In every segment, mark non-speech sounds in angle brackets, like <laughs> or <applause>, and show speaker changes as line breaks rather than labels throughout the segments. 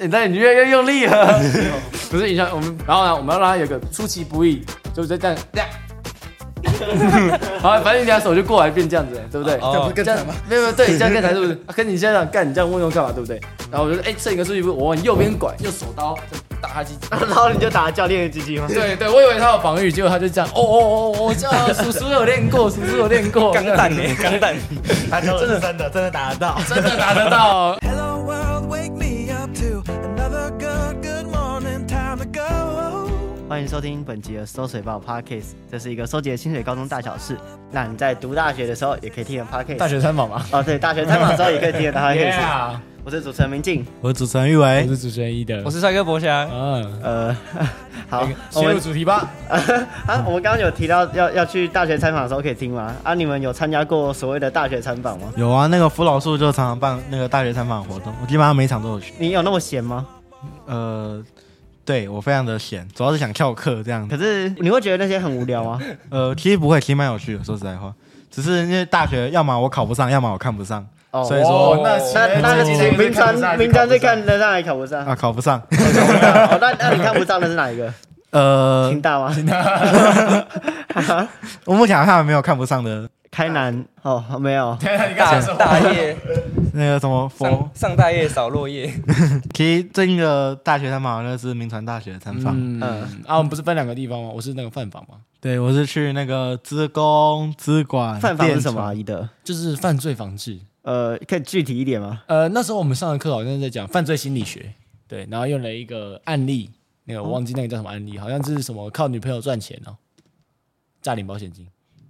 你那你越越用力了， <laughs> 不是影响我们。然后呢，我们要让他有个出其不意，就是这样这样。 <laughs> 好，反正你俩手就过来变这样子，对不对？
这不是更
这样
惨吗？
没有没有，对你这样干才是不是？啊跟你现在这样干，你这样问我干嘛，对不对？然后我就说，哎，摄影哥出去不？我往右边拐，用手刀就打他几。
<laughs> 然后你就打教练的鸡鸡吗？
对对，我以为他有防御，结果他就这样，哦哦哦，我叫叔叔有练过，叔叔有练过，
钢蛋呢？
<laughs>
钢蛋，
他真的真的真的打得到。
<laughs> 真的打得到。哦
Hello world, wake me up to another good, good morning, time to go.
欢迎收听本集的《搜水报》Podcast，这是一个收集的清水高中大小事。那你在读大学的时候也可以听的 Podcast，
学参访嘛。
哦对，大学参访之后也可以
<laughs>
听的 Podcast。
Yeah，
我是主持人明静，
我是主持人玉伟，
是主持人一德
我是帅哥博
<laughs>
翔，
嗯，
呃， <laughs> 好，我
切入
们
主题吧。
<laughs> 啊，我们刚刚有提到要要去大学参访的时候可以听吗？啊，你们有参加过所谓的大学参访吗？
有啊，那个辅导处就常常办那个大学参访活动，我基本上每一场都有去。
你有那么闲吗？
呃，对我非常的闲，主要是想翘课这样
可
子。
是你会觉得那些很无聊
<laughs>
吗？
呃，其实不会，其实蛮有趣的，说实在话。只是因为大学，要么我考不上，要么我看不上，
哦，
所以说、
那
那那
其实
那名单名单是看得上还考不上？
<laughs> 啊考不上。
哦，那那你看不上的是哪一个？
呃
清，大吗？
我目前好像还没有看不上的
<laughs> 开南哦，没有。
大大
<laughs>
夜
那个什么佛
上。上大夜扫落叶，
其实最近的大学参访好像是民传大学的参
<laughs>
访，
嗯啊，我们不是分两个地方吗？我是那个饭房嘛，
对我是去那个资工、资管、
犯法是
电
什么啊？
传
伊德？
就是犯罪防治。
呃，可以具体一点吗？
呃，那时候我们上的课好像是在讲犯罪心理学，对，然后用了一个案例，那个我忘记那个叫什么案例，好像是什么靠女朋友赚钱哦，诈领保险金。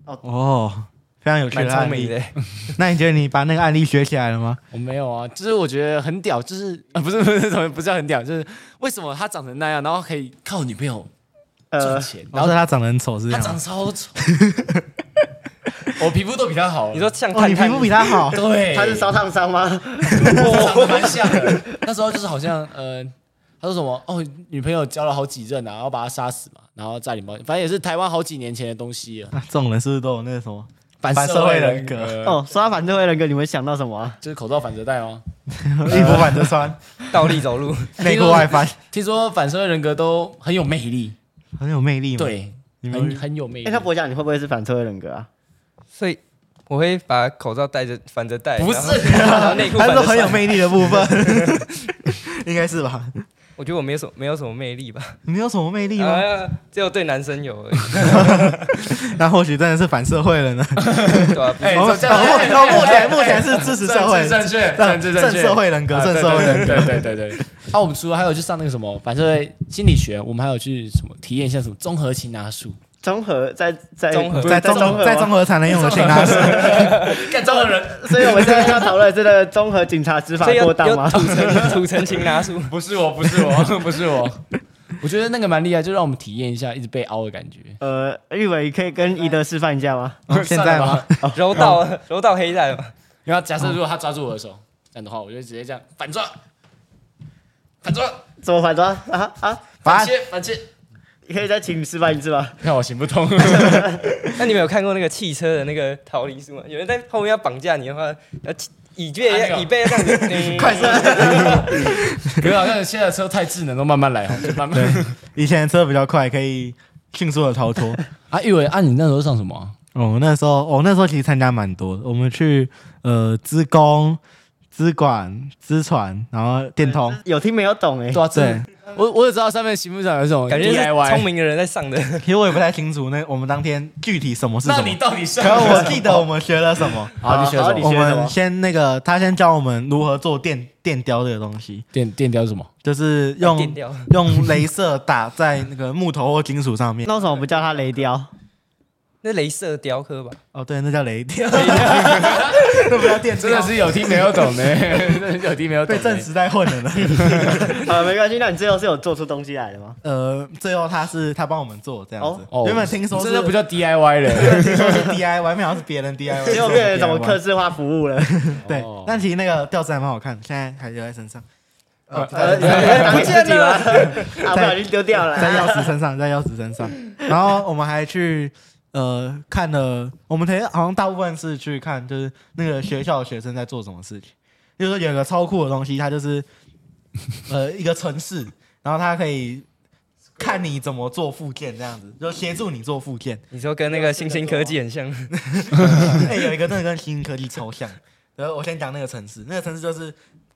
哦，非常有趣
蛮
的
聪
案
明
例。
的。
那你觉得你把那个案例学起来了吗？
我没有啊，就是我觉得很屌，就是啊，不是不是什么，不是很屌，就是为什么他长成那样，然后可以靠女朋友
呃
赚，钱，
然
然
后
后
他长得很丑是这
哦他长
样吗？
超
<laughs>
丑，我皮肤都比他好了。，
你说像
哦，
探
你皮
探，
肤比他 <laughs> 好
对，
他是烧烫伤吗？
长得蛮像的。那时候就是好像呃，他说什么哦，女朋友交了好几任啊，然后把他杀死嘛，然后在里面，反正也是台湾好几年前的东西了，
那啊这种人是不是都有那个什么？
反
反社会人格
哦，
哦，说到反社会人格，你们想到什么啊？
就是口罩反着戴哦。
<laughs> 衣服反着 <laughs> 穿，
倒立走路，
内裤外翻，
听说反社会人格都很有魅力，
<laughs> 很有魅力嘛。，
对，
你
很
们
很有魅力。
哎，他博讲你会不会是反社会人格啊？
所以我会把口罩戴着反着戴，
不
然后
是，
然后内裤
<laughs> 他
反
是
着
很有
穿。
魅力的部
<laughs>
分，应该是吧？
我觉得我没有什么没有什么魅力
<laughs>
吧，
你没有什么魅力吗？
呃
啊只有对男生有而已，
那或许真的是反社会人呢。
对啊
<laughs>
吧？
哎，
我们
这样
我们我们目前
哎哎哎
目前是支持社会
政治正确，
正
政治正确，
正社会人格
啊
正
对
社会人
对对对对对。对啊，我们除了还有去上那个什么反社会心理学，我们还有去什么体验一下什么综合擒拿术。
综合在在
综合
在
综
综
合
在
吗
综合才能用的擒拿术，
干中国人
所以我们现在要讨论这个综合警察执
<laughs>
法
所以要
过当吗
要？土城土城擒拿术，
<laughs> 不是我，不是我， <laughs> 不是我。我觉得那个蛮厉害，就让我们体验一下一直被凹的感觉。
呃，玉伟可以跟伊德示范一下吗？
<laughs>
<laughs> 哦现在吗？哦
柔道柔道黑带嘛，
然后假设如果他抓住我的手，这样的话，我就直接这样反抓，反抓，
怎么反抓啊啊？
反
反
切，反切。
可以再请你示范一次吗？
看我行不 <laughs> 通，
那你们有看过那个汽车的那个逃离术吗？有人在后面要绑架你的话，要以背要以背哎让你
快
速。
可是好像啊现在的车太智能，都慢慢来哈，就慢慢。
以前的车比较快，可以迅速的逃脱。
啊，玉伟，啊，你那时候上什么啊？
哦，那时候哦，那时候其实参加蛮多的，我们去呃资工、资管、资传，然后电通，
<laughs> 有听没有懂哎？
对啊，
对
对，我我只知道上面行不长有一种
感觉是
DIY
聪。明的人在上的，
其实我也不太清楚那我们当天具体什么是什
那
么
你，到底是
可我记得我们学了什么。
<laughs> 好，你学
好
什
你
么？
我
学了什么
们先那个，他先教我们如何做电电雕这个东西，
电电雕是
<laughs>
什么？
就是
啊
用
电掉。
用镭射打在那个木头或金属上面。
那为什么不叫他雷雕？
那镭射雕刻吧，
哦，对，那叫
<laughs>
雷雕， <laughs> 那不叫电
真的
雕，
是有听没有懂呢， <laughs> 真的是有听没有懂
被
呢。
正时代混了呢。
<laughs> 呃，没关系，那你最后是有做出东西来的吗？
呃，最后他是他帮我们做这样子
哦，，
原本听说
这
是
就不叫 DIY 了。
听说是 <laughs> DIY，没想到是别人
<laughs>
DIY，
结果变成怎么刻制化服务了？
对
哦，
但其实那个吊针还蛮好看，现在还留在身上，呃，
呃，
在
不见了， <laughs> 啊，不小心丢掉了。
<laughs>
啊
在钥匙身上，在钥匙身上。然后我们还去呃看了，我们好像大部分是去看就是那个学校的学生在做什么事情，就是说有个超酷的东西，它就是呃一个城市，然后他可以看你怎么做附件，这样子就协助你做附件。
你说跟那个新兴科技很像，
<laughs>
哎、有一个真的跟新科技超像。然后我先讲那个城市，那个城市就是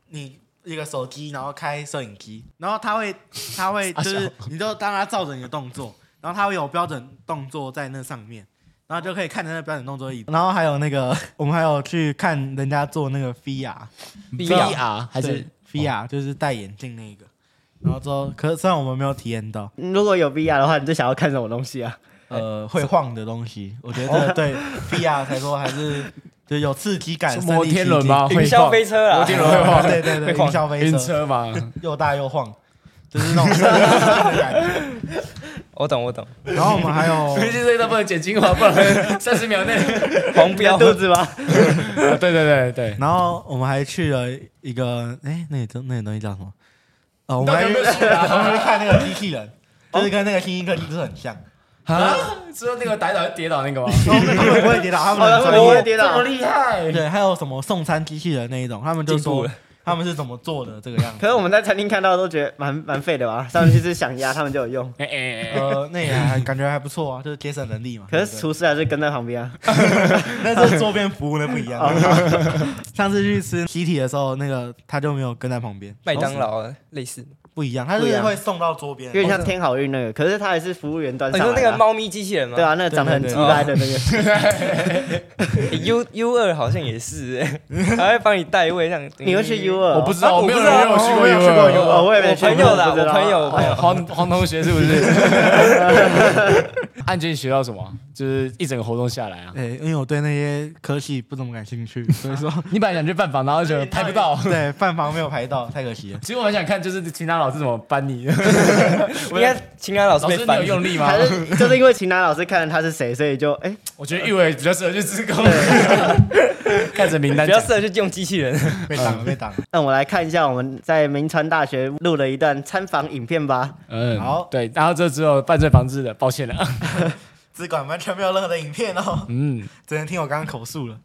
你一个手机，然后开摄影机，然后它会它会
傻
就是
笑
你就当它照着你的动作，然后它会有标准动作在那上面，然后就可以看着那标准动作椅。然后还有那个 <laughs> 我们还有去看人家做那个 VR，
VR 还
对
是哦
VR、就是戴眼镜那个。然后之后，可是虽然我们没有体验到，
如果有 VR 的话，你最想要看什么东西啊？
哎
呃，会晃的东西，我觉
哦
得对 VR 才说还是就是有刺激感。
是 <laughs>
身
摩
临其
天轮
境
吗？
云霄飞车啊
<laughs>
摩，天轮会晃，
对对对，
晃
云霄飞
晕
车
车嘛，
又大
<laughs>
又晃，就是那种神经的感
我懂我懂，
觉。然后我们还有
<laughs>
飞机这一段不能剪精华，不然三十秒内。
黄
<laughs>
标
肚子吗？
啊对对对对，
然后我们还去了一个，哎，那个那个东西叫什么？哦，我们还
你
去
到底有没有去啊
<laughs> 我们去看那个机器人，
哦
就是跟那个新一科技是很像。
啊，之后那个打倒跌倒那个吗？
他们他们不会跌
<laughs>
倒，他们很
哦他
专
们不会
业。
跌倒
厉害！
对，还有什么送餐机器人那一种，他们就
进步
说
了
他们是怎么做的这个样子
可。 <laughs> 是我们在餐厅看到都觉得蛮蛮废的吧？上去是想压，他们就
<laughs>
有用。
哎哎哎，
呃，那也还感觉还不错啊，就是节省能力嘛。
可是
对不对
厨师还是跟在旁边啊。
<laughs> 但是桌边服务的不一样。 <laughs> 上次去吃西体的时候，那个他就没有跟在旁边，
麦当劳啊类似。
不一样，他就
不一
是
样
会送到桌边哦
有。点像天好运那个，可是他还是服务员端
哦你
上来、
说
啊。
那个猫咪机器人吗？
对啊，那个长得很
对
鸡
对
对
掰的那个，
欸，U U 二好像也是， <laughs> 欸还会帮你代位这样。
你会去 U 二？哦
我不知道，
啊
我没有
我不知道
人有去过
我没有去过
游
游
乐。
哦，我也没
我
去
朋友啦，
不知
我
道
朋友，我朋
哎
友
黄黄同学是 <laughs> 不是？案件学到什么？就是一整个活动下来啊，
对，因为我对那些科系不怎么感兴趣，所以说
你本来想去办房，然后就拍不到。
<laughs> 对饭房没有排到，太可惜了。
其实我很想看，就是其他老师怎么搬你。
<laughs> 应该秦安老师
老
被
师你
翻
有用力吗
还？是就是因为秦楠老师看了他是谁，所以就哎、
我觉得玉伟比较适合去自贡。 <laughs> 看着名单
<laughs> 比较
讲，
适合去用机器人。
<laughs>
被挡了，被挡了。
那我们来看一下我们在明川大学录了一段参访影片吧。
嗯，
好
对，然后这只有犯罪防治的，抱歉了。
资管完全没有任何的影片哦，
嗯，
只能听我刚刚口述了。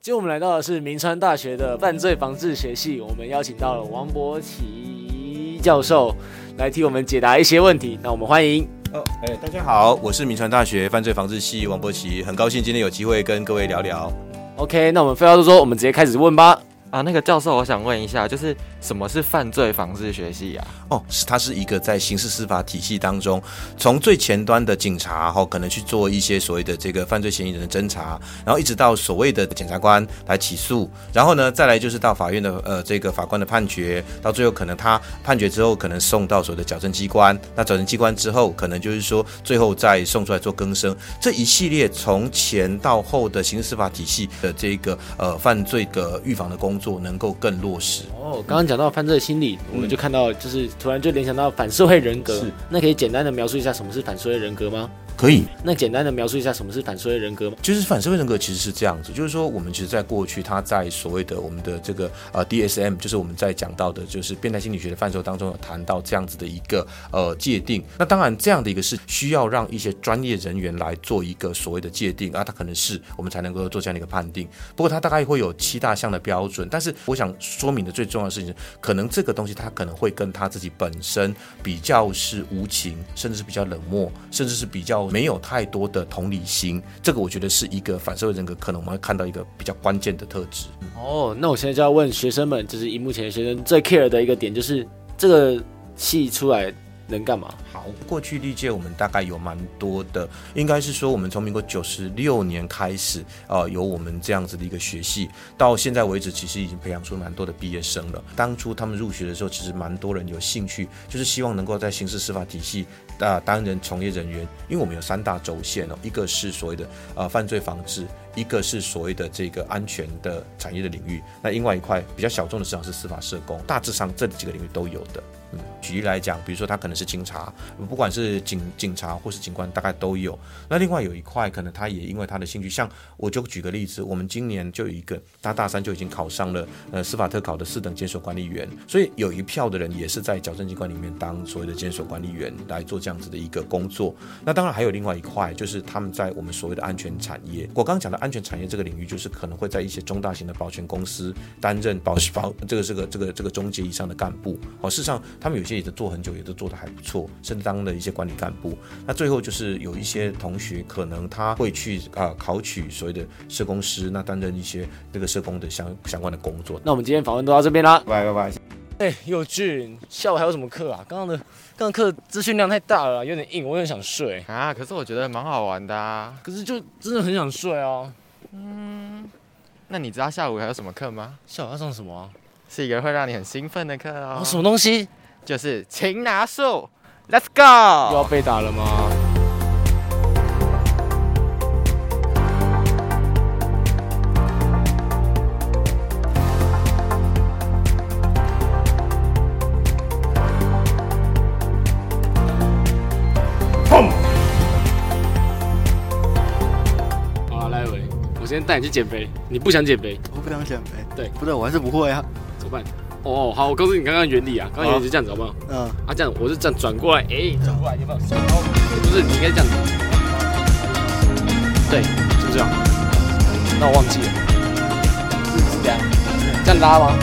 今天我们来到的是明川大学的犯罪防治学系，我们邀请到了王博奇教授来替我们解答一些问题。那我们欢迎。
哎，大家好，我是民传大学犯罪防治系王博奇，很高兴今天有机会跟各位聊聊。
OK，那我们废话不多说，我们直接开始问吧。
啊，那个教授，我想问一下，就是什么是犯罪防治学系啊？
哦，是它是一个在刑事司法体系当中，从最前端的警察哈、哦，可能去做一些所谓的这个犯罪嫌疑人的侦查，然后一直到所谓的检察官来起诉，然后呢，再来就是到法院的呃这个法官的判决，到最后可能他判决之后，可能送到所谓的矫正机关，那矫正机关之后，可能就是说最后再送出来做更生，这一系列从前到后的刑事司法体系的这个呃犯罪的预防的工作，能够更落实。
哦，刚刚讲到犯罪心理，我们就看到就是突然就联想到反社会人格
是。
那可以简单的描述一下什么是反社会人格吗？
可以，
那简单的描述一下什么是反社会人格吗？
就是反社会人格其实是这样子，就是说我们其实在过去，它在所谓的我们的这个呃 DSM，就是我们在讲到的，就是变态心理学的范畴当中有谈到这样子的一个呃界定。那当然，这样的一个是需要让一些专业人员来做一个所谓的界定啊，它可能是我们才能够做这样的一个判定。不过它大概会有七大项的标准，但是我想说明的最重要的事情是，可能这个东西它可能会跟他自己本身比较是无情，甚至是比较冷漠，甚至是比较没有太多的同理心。这个我觉得是一个反社会人格，可能我们会看到一个比较关键的特质。
哦，那我现在就要问学生们，就是荧幕前的学生最 care 的一个点，就是这个系出来能干嘛？
好，过去历届我们大概有蛮多的，应该是说我们从民国九十六年开始，呃，有我们这样子的一个学系，到现在为止，其实已经培养出蛮多的毕业生了。当初他们入学的时候，其实蛮多人有兴趣，就是希望能够在刑事司法体系啊、担任从业人员，因为我们有三大轴线哦，一个是所谓的呃犯罪防治。一个是所谓的这个安全的产业的领域，那另外一块比较小众的市啊场是司法社工，大致上这几个领域都有的。嗯，举例来讲，比如说他可能是警察，不管是警警察或是警官，大概都有。那另外有一块，可能他也因为他的兴趣，像我就举个例子，我们今年就有一个，他大三就已经考上了呃司法特考的四等监所管理员，所以有一票的人也是在矫正机关里面当所谓的监所管理员来做这样子的一个工作。那当然还有另外一块，就是他们在我们所谓的安全产业。我刚刚讲的安全产业这个领域，就是可能会在一些中大型的保全公司担任保保这个这个这个这个中级以上的干部。哦，事实上他们有些也都做很久，也都做得还不错，甚至当了一些管理干部。那最后就是有一些同学可能他会去啊、考取所谓的社工师，那担任一些这个社工的相相关的工作。
那我们今天访问都到这边啦。
拜拜拜。
哎、佑俊，下午还有什么课啊？刚刚的刚刚课资讯量太大了啊，有点硬，我有点想睡。
啊，可是我觉得蛮好玩的啊。
可是就真的很想睡啊。
那你知道下午还有什么课吗？
下午要上什么啊？
是一个会让你很兴奋的课哦，
啊什么东西？
就是擒拿术。Let's
又要
go！
被打了吗？好啊，赖伟，我先带你去减肥，你不想减肥
我不想减肥。
对
不对，我还是不会啊。
怎么办？哦，好，我告诉你刚刚原理啊，刚刚原理是这样子，好不好？
嗯，
啊，这样我是这样转过来，哎、转过来，你把我手，不是，你应该这样子，对，是不是这样？那我忘记了，是是这样，这样拉吗？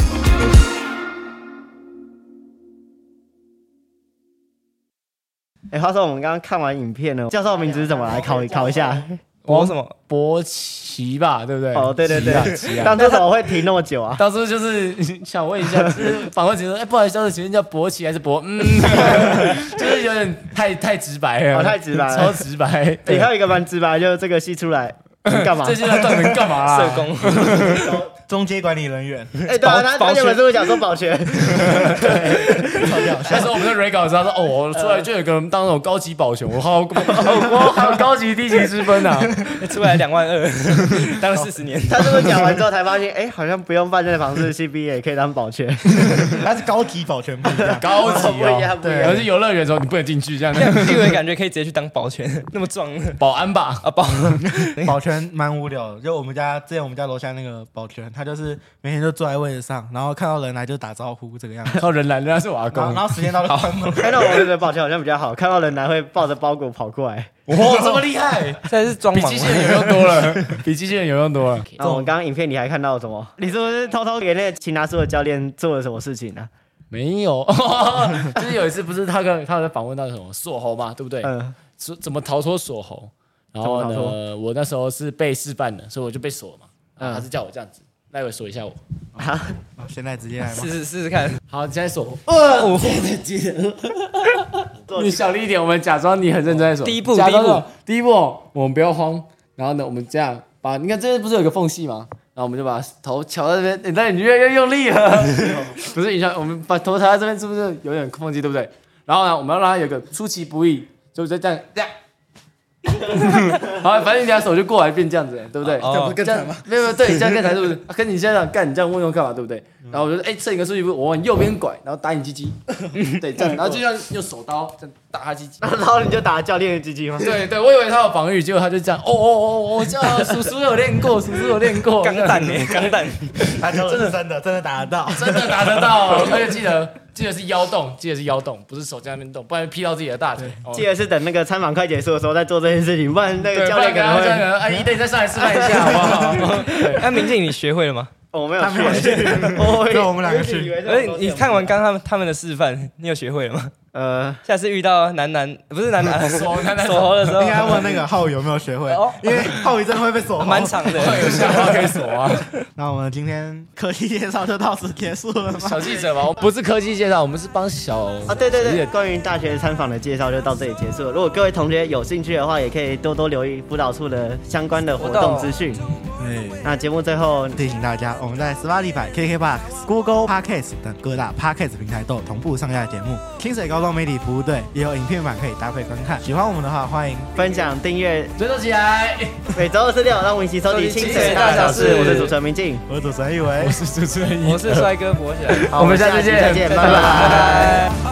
哎，话说我们刚刚看完影片呢，教授名字是怎么来考考一下？
我什么？
博奇吧，对不对？
哦，对对
奇啊
对，当初怎么会停那么久啊？
当初就是 <laughs> 想问一下，就是访问姐说，哎、不好意思，当时请问叫博奇还是博？
<laughs>
嗯，就是有点太太直白了，
哦太直白了
超直白。
你
对，
还有一个蛮直白，就是这个戏出来干嘛
这？些人到底能干嘛、啊？
社工，
<laughs> 中介管理人员，
哎，对啊，他
保
他原
全
本是不是想说保全？
那时候我们在 re 稿的时候，他说：“哦，我出来就有一个人当那种高级保全，我好，我我好高级低级之分啊！
<laughs> 出来两万
<laughs>
二，当了四十年。 <laughs>
他是不是讲完之后才发现，哎，好像不用办这个房子系毕业也可以当保全？
他是高级保全部这样
高级
<laughs> 不一
哦
样，不一
对，
样
而且游乐园的时候你不能进去，这样
这样立伟感觉可以直接去当保全， <laughs> 那么壮
保安吧？
啊保。 <laughs>
保全蛮无聊的。就我们家之前我们家楼下那个保全，他就是每天就坐在位置上，然后看到人来就打招呼这个样子。
靠人来，人家是我阿
然后
公
然。后时间到了关门， <laughs>
哎，那我觉得保全好像比较好，看到人来会抱着包裹跑过来。
哇，这么厉害，
现在是装
比
忙
机器人有用多了，比机器人有用多了。
那我们刚刚影片里还看到什么？你是不是偷偷给那个擒拿术的教练做了什么事情呢、
没有，就是有一次不是他跟他在访问到什么锁喉嘛，对不对？
嗯，
怎怎么逃脱锁喉？然后
怎么
呢，我那时候是被示范的，所以我就被锁了嘛。然后他是叫我这样子，待会锁一下我。
哦现在直接来吧。
试试试试看，
好，你现在锁哦我。<laughs>
做
你小力一点，我们假装你很认真在说。
第一步
假装
第一步
那种第一步哦，我们不要慌。然后呢，我们这样把，你看这边不是有个缝隙吗？然后我们就把头翘在这边，你但你越来越用力了， <laughs> 不是你像我们把头抬在这边，是不是有点缝隙，对不对？然后呢，我们要让它有个出其不意，就是这样这样。好，反正你俩手就过来变这样子，对不对？
哦这样不是
更惨吗？没有没有，对，你这样更惨是不是？啊跟你现在这样干，你这样问用干嘛，对不对？然后我就说，哎，摄影哥出去不，我往右边拐，然后打你鸡鸡，对，这样，然后就像用手刀这样打他鸡鸡。
然后你就打教练的鸡鸡吗？
对对，我以为他有防御，结果他就这样，哦哦哦，我叫叔叔有练过，叔叔有练过，
钢蛋 <laughs> 呢？钢蛋，
他真的真的真的打得到，
真的打得到，而且记得记得是腰动，记得是腰动，不是手在那边动，不然劈到自己的大腿。哦
记得是等那个参访快结束的时候再做这件事情，不然
对，
那个
不
教
然
练可
给
能
他
会
这样，哎，一等你再上来示范一下，好不
<laughs>
好？
那明镜你学会了
<laughs>
吗？
哦我没
他没有
有
去
去，我
对我们两个去
以为是我
而且
说
哎你看完刚他们他们的示范，你有学会了吗？
呃，
下次遇到男男不是男
<laughs>
男
手拿拿
<laughs> 锁喉的时候
<laughs> 应，该问那个浩宇有没有学会
哦，
因为浩宇真的会被锁喉。
蛮长的。
有下话可以锁啊。
<laughs>
那我们今天科技介绍就到此结束了吗？
小记者嘛，我们不是科技介绍，我们是帮小
啊，对对
小记
对，
者
关于大学参访的介绍就到这里结束了。如果各位同学有兴趣的话，也可以多多留意辅导处的相关的活动资讯。
对。
那节目最后
提醒大家，我们在 Spotify、KKBox、Google Podcast 等各大 Podcast 平台都有同步上架节目。清水高中媒体服务队也有影片版可以搭配观看。喜欢我们的话，欢迎
分享、订阅，
追踪起来，
每周二四六，让我们一起收集
收集
清
清
水
水
大
大
小
小
事。
事
我是主持人明静，
我是主持人玉维，
是主持人
我是帅哥博起来。
好，我们下期再见，拜拜。
拜拜。